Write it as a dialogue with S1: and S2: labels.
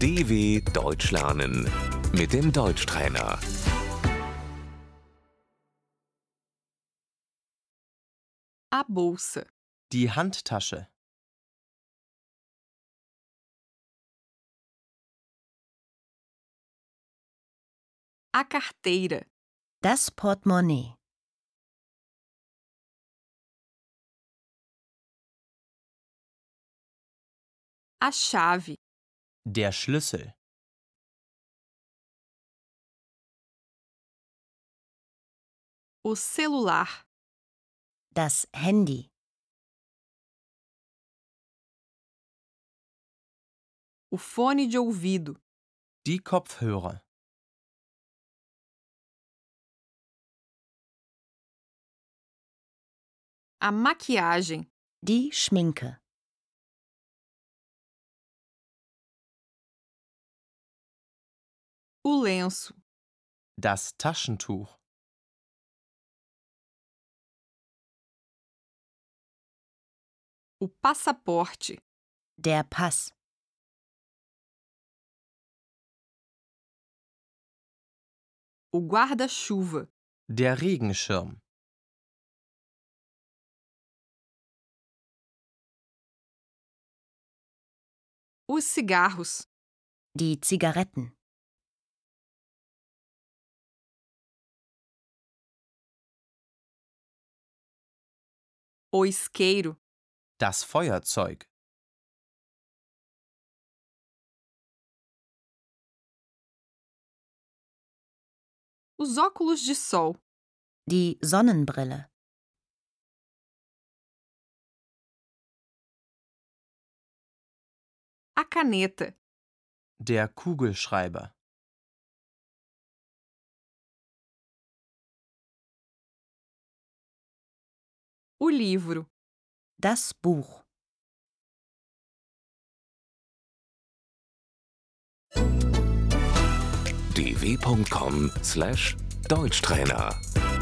S1: DW Deutsch lernen mit dem Deutschtrainer.
S2: A bolsa,
S3: Die Handtasche.
S2: a carteira,
S4: Das Portemonnaie.
S2: a chave,
S3: Der Schlüssel.
S2: o celular,
S4: Das Handy.
S2: o fone de ouvido,
S3: Die Kopfhörer.
S2: a maquiagem,
S4: Die Schminke.
S2: o lenço,
S3: Das Taschentuch.
S2: o passaporte,
S4: Der Pass.
S2: o guarda-chuva,
S3: Der Regenschirm.
S2: os cigarros,
S4: Die Zigaretten.
S2: o isqueiro,
S3: Das Feuerzeug.
S2: os óculos de sol,
S4: Die Sonnenbrille.
S2: a caneta,
S3: Der Kugelschreiber.
S2: o livro,
S4: Das Buch.
S1: dw.com/deutschtrainer